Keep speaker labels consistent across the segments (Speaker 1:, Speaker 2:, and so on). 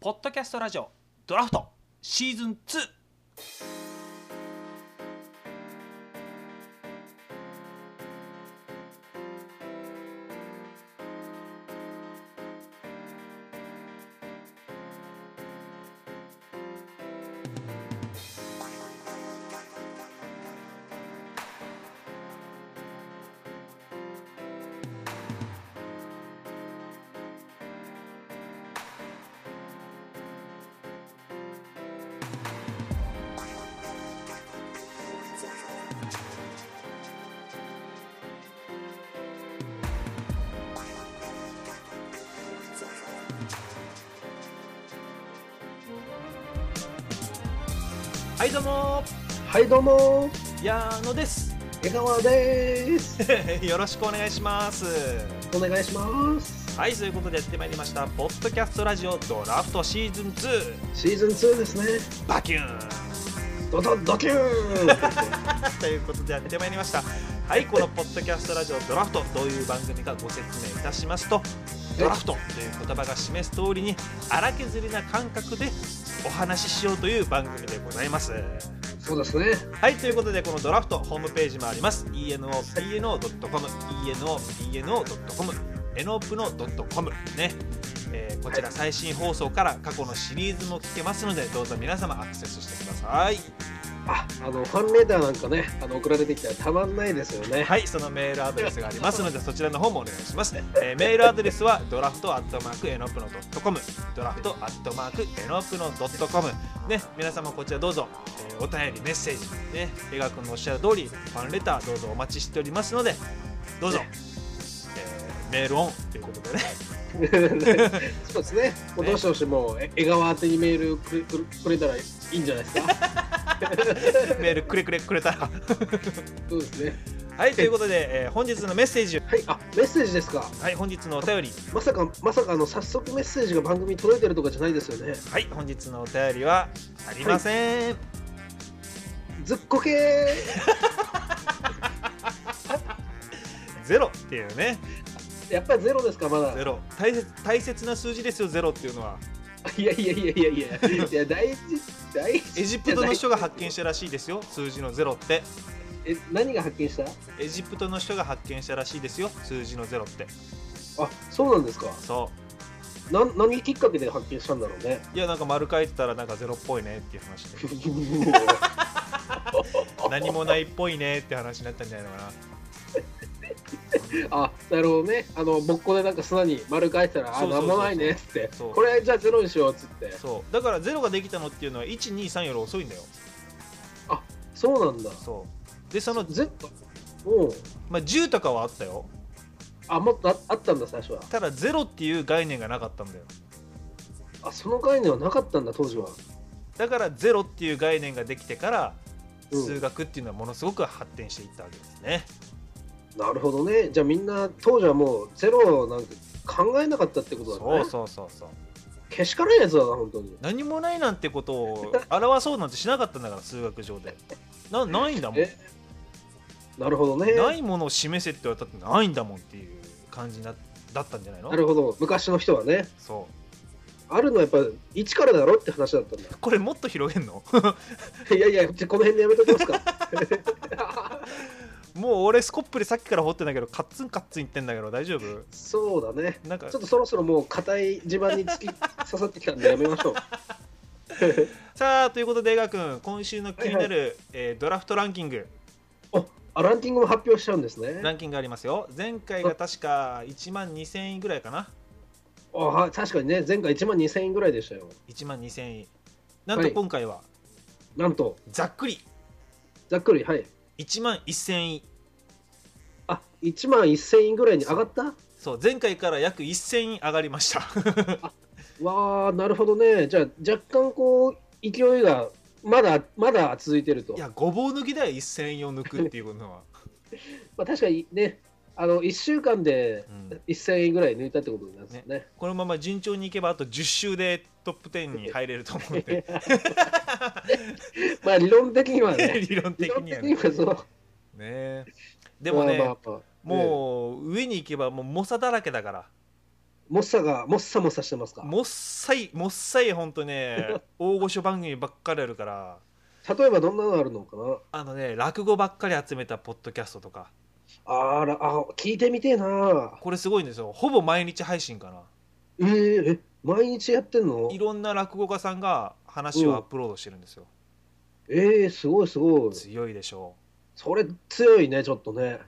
Speaker 1: ポッドキャストラジオドラフトシーズン2はいどうも
Speaker 2: はいどうも
Speaker 1: 矢野です
Speaker 2: 江川です
Speaker 1: よろしくお願いします
Speaker 2: お願いします
Speaker 1: はいということでやってまいりましたポッドキャストラジオドラフトシーズン2
Speaker 2: シーズン2ですね
Speaker 1: バキューン
Speaker 2: ドドドキューン
Speaker 1: ということでやってまいりましたはいこのポッドキャストラジオドラフトどういう番組かご説明いたしますとドラフトという言葉が示す通りに荒削りな感覚でお話ししようという番組でございます
Speaker 2: そうですね
Speaker 1: はいということでこのドラフトホームページもあります enopno.com enopno.com エノプノ .com ねえーこちら最新放送から過去のシリーズも聞けますのでどうぞ皆様アクセスしてください
Speaker 2: ああのファンレーダーなんかねあの送られてきたらたまんないですよね
Speaker 1: はい、そのメールアドレスがありますので、そちらの方もお願いします。えーメールアドレスはドラフトアットマークエノプノドットコム、ドラフトアットマークエノプノドットコム。ね、皆様こちらどうぞ、えーお便りメッセージね、江川君のおっしゃる通りファンレターどうぞお待ちしておりますので、どうぞ。えーメールオンということでね。
Speaker 2: そうですねもうどうしようしもうえ江川宛てにメールくれくれくれたらいいんじゃないですか
Speaker 1: メールくれくれくれたら。
Speaker 2: そうですね
Speaker 1: はい、ということで、えー本日のメッセージ、
Speaker 2: はいあメッセージですか
Speaker 1: はい、本日のお便り、
Speaker 2: まさかまさかあの早速メッセージが番組に届いてるとかじゃないですよね
Speaker 1: はい、本日のお便りはありません。
Speaker 2: ずっこけ
Speaker 1: ゼロっていうね。
Speaker 2: ーやっぱりゼロですかまだ
Speaker 1: ゼロ大切大切な数字ですよゼロっていうのはい
Speaker 2: やいやいやいやいやいや大事大事
Speaker 1: エジプトの人が発見したらしいですよ数字のゼロって
Speaker 2: え何が発見した
Speaker 1: エジプトの人が発見したらしいですよ数字のゼロって
Speaker 2: あそうなんですか
Speaker 1: そ
Speaker 2: なん何きっかけで発見したんだろうね
Speaker 1: ういやなんか丸書いてたらなんかゼロっぽいねっていう話で何もないっぽいねって話になったんじゃないのかな
Speaker 2: あなるほどねあのぼっこでなんか砂に丸書いてたらあ
Speaker 1: そうそうそう
Speaker 2: 何
Speaker 1: そう
Speaker 2: もないねっつって
Speaker 1: そう
Speaker 2: これじゃあゼロにしようっつって
Speaker 1: そうだからゼロができたのっていうのは123より遅いんだよ
Speaker 2: そうなんだ
Speaker 1: そうでその、
Speaker 2: ずっとうん
Speaker 1: まあ、10とかはあったよ
Speaker 2: あもっとああったんだ最初は
Speaker 1: ただゼロっていう概念がなかったんだよ
Speaker 2: あその概念はなかったんだ当時は
Speaker 1: だからゼロっていう概念ができてから
Speaker 2: うん
Speaker 1: 数学っていうのはものすごく発展していったわけですね、
Speaker 2: なるほどねじゃあみんな当時はもうゼロなんて考えなかったってことだ
Speaker 1: そ
Speaker 2: ね
Speaker 1: うそうそうそう
Speaker 2: けしからんやつだな本当に
Speaker 1: 何もないなんてことを表そうなんてしなかったんだから数学上でなないんだもん
Speaker 2: えなるほどね
Speaker 1: ないものを示せって言われたってないんだもんっていう感じなだったんじゃないの
Speaker 2: なるほど昔の人はね
Speaker 1: そ
Speaker 2: あるのはやっぱ一からだろって話だったんだ
Speaker 1: うこれもっと広げんの
Speaker 2: いやいや、この辺でやめときますか。
Speaker 1: もう俺スコップでさっきから掘ってんだけどカッツンカッツン言ってんだけど大丈夫
Speaker 2: そうだね。
Speaker 1: なんか
Speaker 2: ちょっとそろそろもう硬い地盤に突き刺さってきたんでやめましょう。
Speaker 1: さあということで江川君今週の気になる、えードラフトランキング
Speaker 2: おあランキングも発表しちゃうんですね。
Speaker 1: ランキングありますよ前回が確か1万2000位ぐらいかな
Speaker 2: あはい確かにね、前回1万2000円ぐらいでしたよ。
Speaker 1: 1万2000位なんと
Speaker 2: はい
Speaker 1: 今回は
Speaker 2: なんと、
Speaker 1: ざっくり
Speaker 2: ざっくり、はい。
Speaker 1: 1万1000位
Speaker 2: あ1万1000円ぐらいに上がった
Speaker 1: そう前回から約1000位上がりました
Speaker 2: わー、なるほどね。じゃあ、若干こう、勢いがまだまだ続いてると
Speaker 1: い。やごぼう抜きだよ1000位を抜くっていうことは、
Speaker 2: まあ、確かにね、あの1週間で
Speaker 1: うん
Speaker 2: 1000円ぐらい抜いたってことになるんですよね。
Speaker 1: このまま順調にいけばあと10周でトップ10に入れると思うんで
Speaker 2: まあ、理論的にはね。
Speaker 1: 理論的には
Speaker 2: 理
Speaker 1: ね
Speaker 2: 論的にはそう
Speaker 1: ねでもね、
Speaker 2: まあまあまあ
Speaker 1: もう上に行けばもう猛者だらけだから
Speaker 2: もっさが、もっさもっさしてますか。
Speaker 1: もっさいもっさいほんと ね大御所番組ばっかりあるから
Speaker 2: 例えばどんなのあるのかな
Speaker 1: あのね落語ばっかり集めたポッドキャストとか
Speaker 2: あら、あ、聞いてみてえな。
Speaker 1: これすごいんですよほぼ毎日配信かな
Speaker 2: えー、え、毎日やってんの
Speaker 1: いろんな落語家さんが話をアップロードしてるんですよ、
Speaker 2: えー、すごいすごい。
Speaker 1: 強いでしょ
Speaker 2: それ強いね、ちょっとね。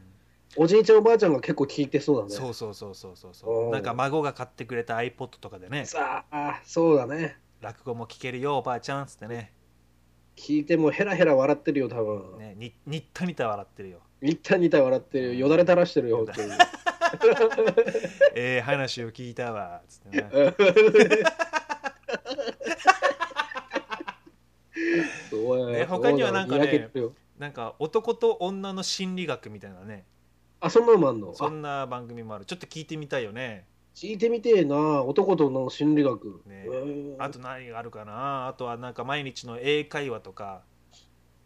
Speaker 2: おじいちゃんおばあちゃんが結構聞いてそうだ
Speaker 1: う
Speaker 2: ね。
Speaker 1: そうそうそうそうそう
Speaker 2: う
Speaker 1: そうんなんか孫が買ってくれた iPod とかでね
Speaker 2: さあ、そうだね。
Speaker 1: 落語も聞けるよおばあちゃんっつってね
Speaker 2: 聞いてもヘラヘラ笑ってるよ、多分。
Speaker 1: ねににったにた笑ってるよ
Speaker 2: 似た似た笑ってるよ。よだれ垂らしてるよ、っていう。
Speaker 1: ええ話を聞いたわっつってね
Speaker 2: すご い
Speaker 1: ね他にはなんかね
Speaker 2: にやけてるよ
Speaker 1: なんか男と女の心理学みたいなね
Speaker 2: あ、そんなのもあんの
Speaker 1: そ
Speaker 2: あ
Speaker 1: んな番組もあるちょっと聞いてみたいよね
Speaker 2: 聞いてみてえな、男と女の心理学。
Speaker 1: ね
Speaker 2: へえ
Speaker 1: あと何があるかなあとはなんか毎日の英会話とか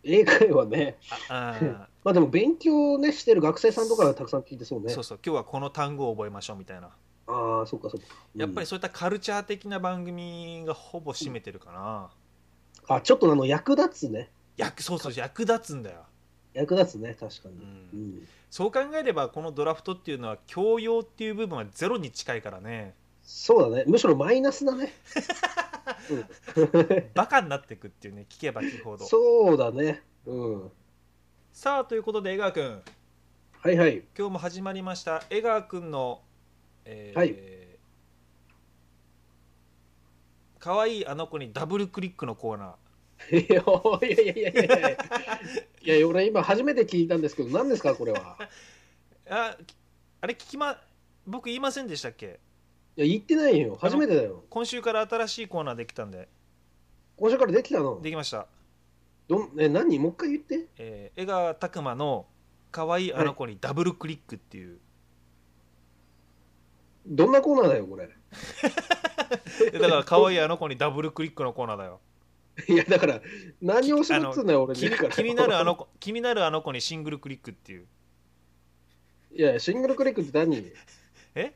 Speaker 2: 英会話ね。
Speaker 1: ああ
Speaker 2: まあでも勉強をね、してる学生さんとかはたくさん聞いてそう
Speaker 1: ー
Speaker 2: ね
Speaker 1: そ。うそう今日はこの単語を覚えましょうみたいな
Speaker 2: ああ、そっかそっか。うん
Speaker 1: やっぱりそういったカルチャー的な番組がほぼ占めてるかな、
Speaker 2: あ、ちょっとあの、役立つね。
Speaker 1: 役そうそう役立つんだよ、
Speaker 2: 役立つね、確か
Speaker 1: う、
Speaker 2: に。うんん。
Speaker 1: そう考えればこのドラフトっていうのは教養っていう部分はゼロに近いからね
Speaker 2: そうだね。むしろマイナ スだね。うん
Speaker 1: バカになっていくっていうね聞けば聞くほど
Speaker 2: そうだね。うん。
Speaker 1: さあということで江川君
Speaker 2: はいはい。
Speaker 1: 今日も始まりました江川君の、えー
Speaker 2: はい
Speaker 1: 可愛いあの子にダブルクリックのコーナー
Speaker 2: いやいやいやいやいやいやいや俺今初めて聞いたんですけど何ですかこれは
Speaker 1: あきあれ聞きま僕言いませんでしたっけ
Speaker 2: いや言ってないよ初めてだよ
Speaker 1: 今週から新しいコーナーできたんで
Speaker 2: 今週からできたの
Speaker 1: できました、
Speaker 2: どんえ何もう一回言って
Speaker 1: えー江川拓磨の「可愛いあの子にダブルクリック」っていう、
Speaker 2: どんなコーナーだよこれ
Speaker 1: えだから可愛いあの子にダブルクリックのコーナーだよ
Speaker 2: いやだから何をするっつうんだよ俺
Speaker 1: 気
Speaker 2: だから
Speaker 1: 気になるあの子気になるあの子にシングルクリックっていう
Speaker 2: いやシングルクリックって何
Speaker 1: え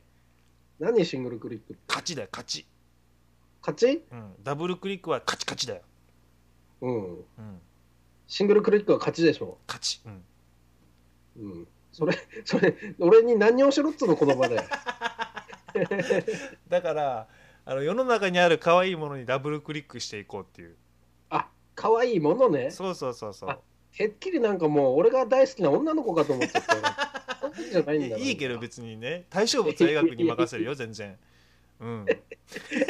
Speaker 2: 何シングルクリック
Speaker 1: 勝ちだよ勝ち、
Speaker 2: 勝ち
Speaker 1: うん、ダブルクリックはカチカチだよ、
Speaker 2: うん
Speaker 1: うん、
Speaker 2: シングルクリックは勝ちでしょ
Speaker 1: カチ、うん、
Speaker 2: うんそれ それ俺に何をしろっつうのこの 場で
Speaker 1: だからあの世の中にある可愛いものにダブルクリックしていこうっていう
Speaker 2: あ可愛いものね
Speaker 1: そうそうそうそう
Speaker 2: あてっきりなんかもう俺が大好きな女の子かと 思っちゃったよそういうことじゃないん
Speaker 1: い
Speaker 2: だ
Speaker 1: や
Speaker 2: ない
Speaker 1: いけど別にね対象物は映学に任せるよ全然うん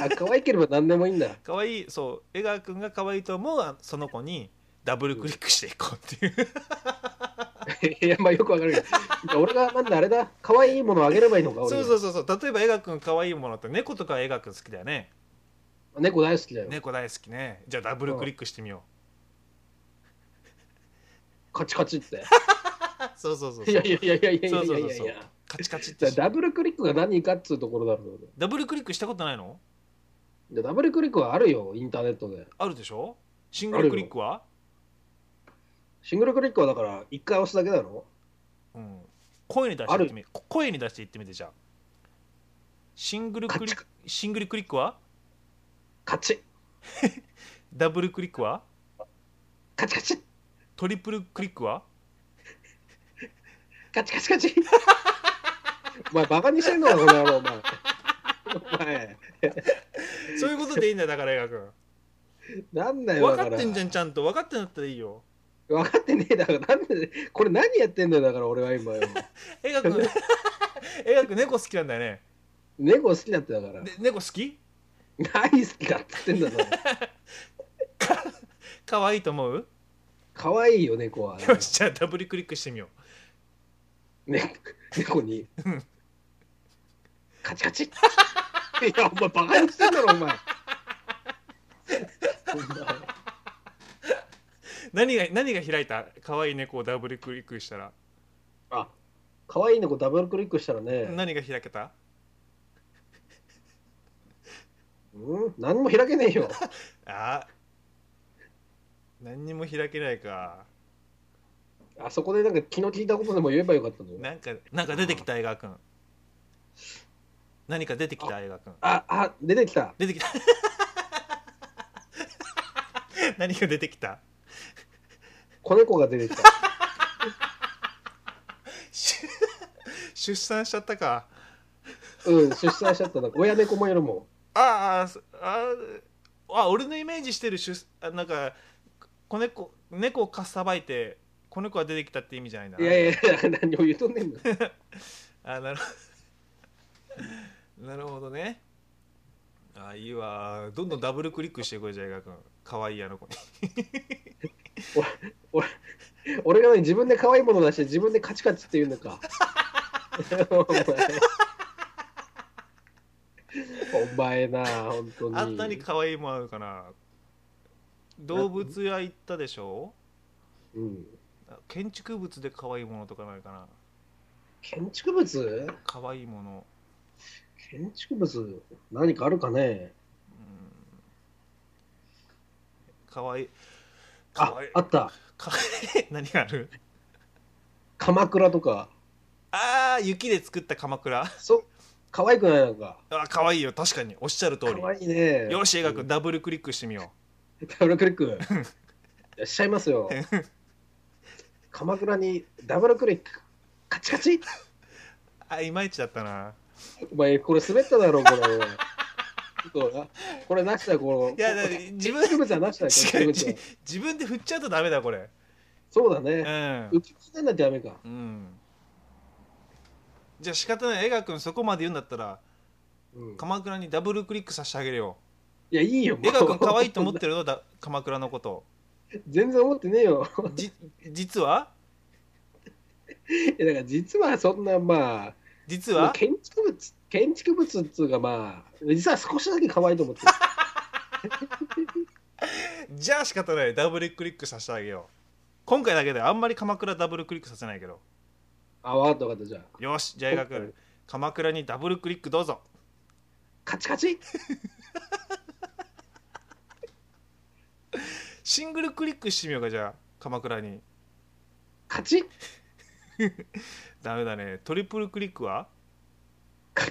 Speaker 2: あ可愛ければ何でもいいんだ
Speaker 1: 可愛いそう江川君が可愛いと思うあその子にダブルクリックしていこうっていう
Speaker 2: いやまあよくわかるけどいや俺がなんだあれだ可愛いものあげればいいのか俺
Speaker 1: そう
Speaker 2: に
Speaker 1: そうそうそう例えば江川君可愛いものって猫とか江川君好きだよね
Speaker 2: 猫大好きだよ、
Speaker 1: 猫大好きねじゃあダブルクリックしてみよ
Speaker 2: カチカチって
Speaker 1: うそうそうそうそ
Speaker 2: い
Speaker 1: う
Speaker 2: やいやいやいやいやい
Speaker 1: そうそう
Speaker 2: や
Speaker 1: そうそ
Speaker 2: いや
Speaker 1: う
Speaker 2: いや
Speaker 1: カチカチっ
Speaker 2: じゃ
Speaker 1: て
Speaker 2: あダブルクリックが何かっつうところだろうね
Speaker 1: ダブルクリックしたことないの
Speaker 2: じゃあダブルクリックはあるよインターネットで
Speaker 1: あるでしょシングルクリックは
Speaker 2: シングルクリックはだから一回押すだけだろ
Speaker 1: うん、声に出して言ってみこ声に出して言ってみてじゃあシングルクリッ
Speaker 2: カ
Speaker 1: クシングルクリックは
Speaker 2: カチッ
Speaker 1: ダブルクリックは
Speaker 2: カチカチッ
Speaker 1: トリプルクリックは
Speaker 2: カチカチカチッ お前バカにしてんのかこの野郎お前お前
Speaker 1: そういうことでいいんだよだから映画君
Speaker 2: なんだよ
Speaker 1: 分
Speaker 2: だから
Speaker 1: かってんじゃんちゃんと分かってんだったらいいよ
Speaker 2: 分かってねえだからなんでこれ何やってんだよだから俺は今よ
Speaker 1: 映画君 映画君猫好きなんだよね
Speaker 2: 猫好きだってだから
Speaker 1: で猫好き
Speaker 2: 大好きだって言ってんだぞ
Speaker 1: 可愛いと思う
Speaker 2: 可愛いよ猫は
Speaker 1: よしじゃあダブルクリックしてみよ
Speaker 2: ね猫に
Speaker 1: うん
Speaker 2: カチカチいやお前バカにして んだろお前
Speaker 1: う何が何が開いた可愛い猫をダブルクリックしたら
Speaker 2: あ可愛い猫ダブルクリックしたらね、
Speaker 1: 何が開けた
Speaker 2: うん、何も開けねえよ
Speaker 1: あ何にも開けないか
Speaker 2: あそこでなんか気の利いたことでも言えばよかったのよ
Speaker 1: なんかなんか出てきた映画君何か出てきた映画君
Speaker 2: あ、あ、出てきた。
Speaker 1: 出てきた 何か出てきた
Speaker 2: 子猫が出 てきた。
Speaker 1: 出出産しちゃったか
Speaker 2: うん、出産しちゃったな。親猫もいるも
Speaker 1: あーあーあ俺のイメージしてる出あなんか子猫猫をかっさばいて子猫が出てきたって意味じゃないんだ
Speaker 2: ん。い
Speaker 1: な
Speaker 2: やいやいや、何を言うとんねんの。
Speaker 1: あなるなるほど ねあいいわどんどんダブルクリックしてこいじゃあ映画君かわいいあの子に
Speaker 2: 俺がね、自分で可愛いもの出して自分でカチカチって言うの か。お前。お前な、本当に。
Speaker 1: あんなに可愛いもんあるかな動物屋行ったでしょ
Speaker 2: うん。
Speaker 1: あ建築物で可愛いものとかないかな
Speaker 2: 建築物
Speaker 1: 可愛いもの
Speaker 2: 建築物何かあるかね
Speaker 1: うん可愛い
Speaker 2: あ
Speaker 1: 可愛い
Speaker 2: あった
Speaker 1: かわいい 何がある
Speaker 2: 鎌倉とか
Speaker 1: あー雪で作った鎌倉
Speaker 2: そう可愛くないなんか
Speaker 1: あ可愛いよ確かにおっしゃる通り
Speaker 2: 可愛いね
Speaker 1: よし映画
Speaker 2: う
Speaker 1: 君
Speaker 2: ん
Speaker 1: ダブルクリックしてみよ
Speaker 2: ダブルクリックいらっしゃいますよ鎌倉にダブルクリックカチカチ
Speaker 1: うあいまいちだったな
Speaker 2: お前これ滑っただろこれちょっとなこれなしだこ
Speaker 1: い
Speaker 2: れ
Speaker 1: やだって自分
Speaker 2: 建築物はなしだよ
Speaker 1: 違う
Speaker 2: 建築物は
Speaker 1: 自分で振っちゃうとダメだこれ
Speaker 2: そうだ
Speaker 1: う
Speaker 2: ね
Speaker 1: ん
Speaker 2: 浮きつけなきゃダメか
Speaker 1: うんじゃあ仕方ない映画君そこまで言うんだったら
Speaker 2: うん
Speaker 1: 鎌倉にダブルクリックさせてあげるよ
Speaker 2: いやいいよ
Speaker 1: 映画君可愛いと思っ
Speaker 2: も
Speaker 1: てるのだ鎌倉のこと
Speaker 2: う 全然思ってねえよ
Speaker 1: じ実はい
Speaker 2: やだから実はそんなまあ
Speaker 1: 実は
Speaker 2: 建築物建築物っていうかまあ実は少しだけ可愛いと思って る
Speaker 1: じゃあ仕方ないダブルクリックさせてあげよう今回だけであんまり鎌倉ダブルクリックさせないけど
Speaker 2: あわかったわかったじゃあ
Speaker 1: よしじゃあ映画君鎌倉にダブルクリックどうぞ
Speaker 2: カチカチ
Speaker 1: シングルクリックしてみようかじゃあ鎌倉に
Speaker 2: カチ
Speaker 1: ダメだねトリプルクリックは
Speaker 2: カ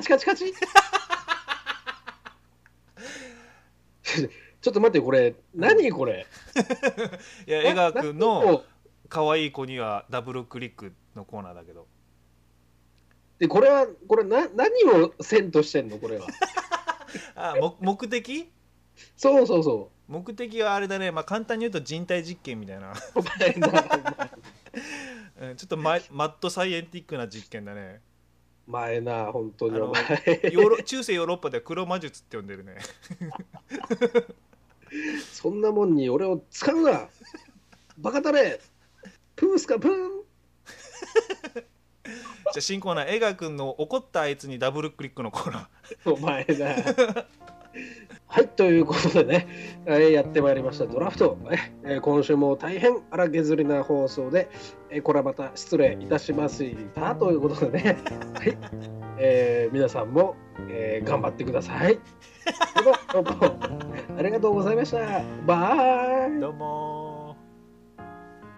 Speaker 2: チカチカ チちょっと待ってこれ何これ
Speaker 1: いや
Speaker 2: え
Speaker 1: 江川君の
Speaker 2: お
Speaker 1: 可愛い子にはダブルクリックのコーナーだけど
Speaker 2: でこれはこれな何を線としてんのこ れは
Speaker 1: あも 目的
Speaker 2: そうそうそ
Speaker 1: 目的はあれだね、まあ、簡単に言うと人体実験みたいな、
Speaker 2: うお前なお前
Speaker 1: うん、ちょっとマイマッドサイエンティックな実験だね
Speaker 2: お前な本当に
Speaker 1: あの
Speaker 2: お前
Speaker 1: ヨーロ中世ヨーロッパでは黒魔術って呼んでるね
Speaker 2: そんなもんに俺を使うなバカだれプースかプーン
Speaker 1: じゃあ新コーナー江川君の怒ったあいつにダブルクリックのコーナー
Speaker 2: お前だ。はい、ということでね、えーやってまいりましたドラフト、えー今週も大変荒削りな放送で、えーこれはまた失礼いたしましたということでね、はいえー皆さんも、えー頑張ってください。ではどうもありがとうございました。バイ
Speaker 1: どうもー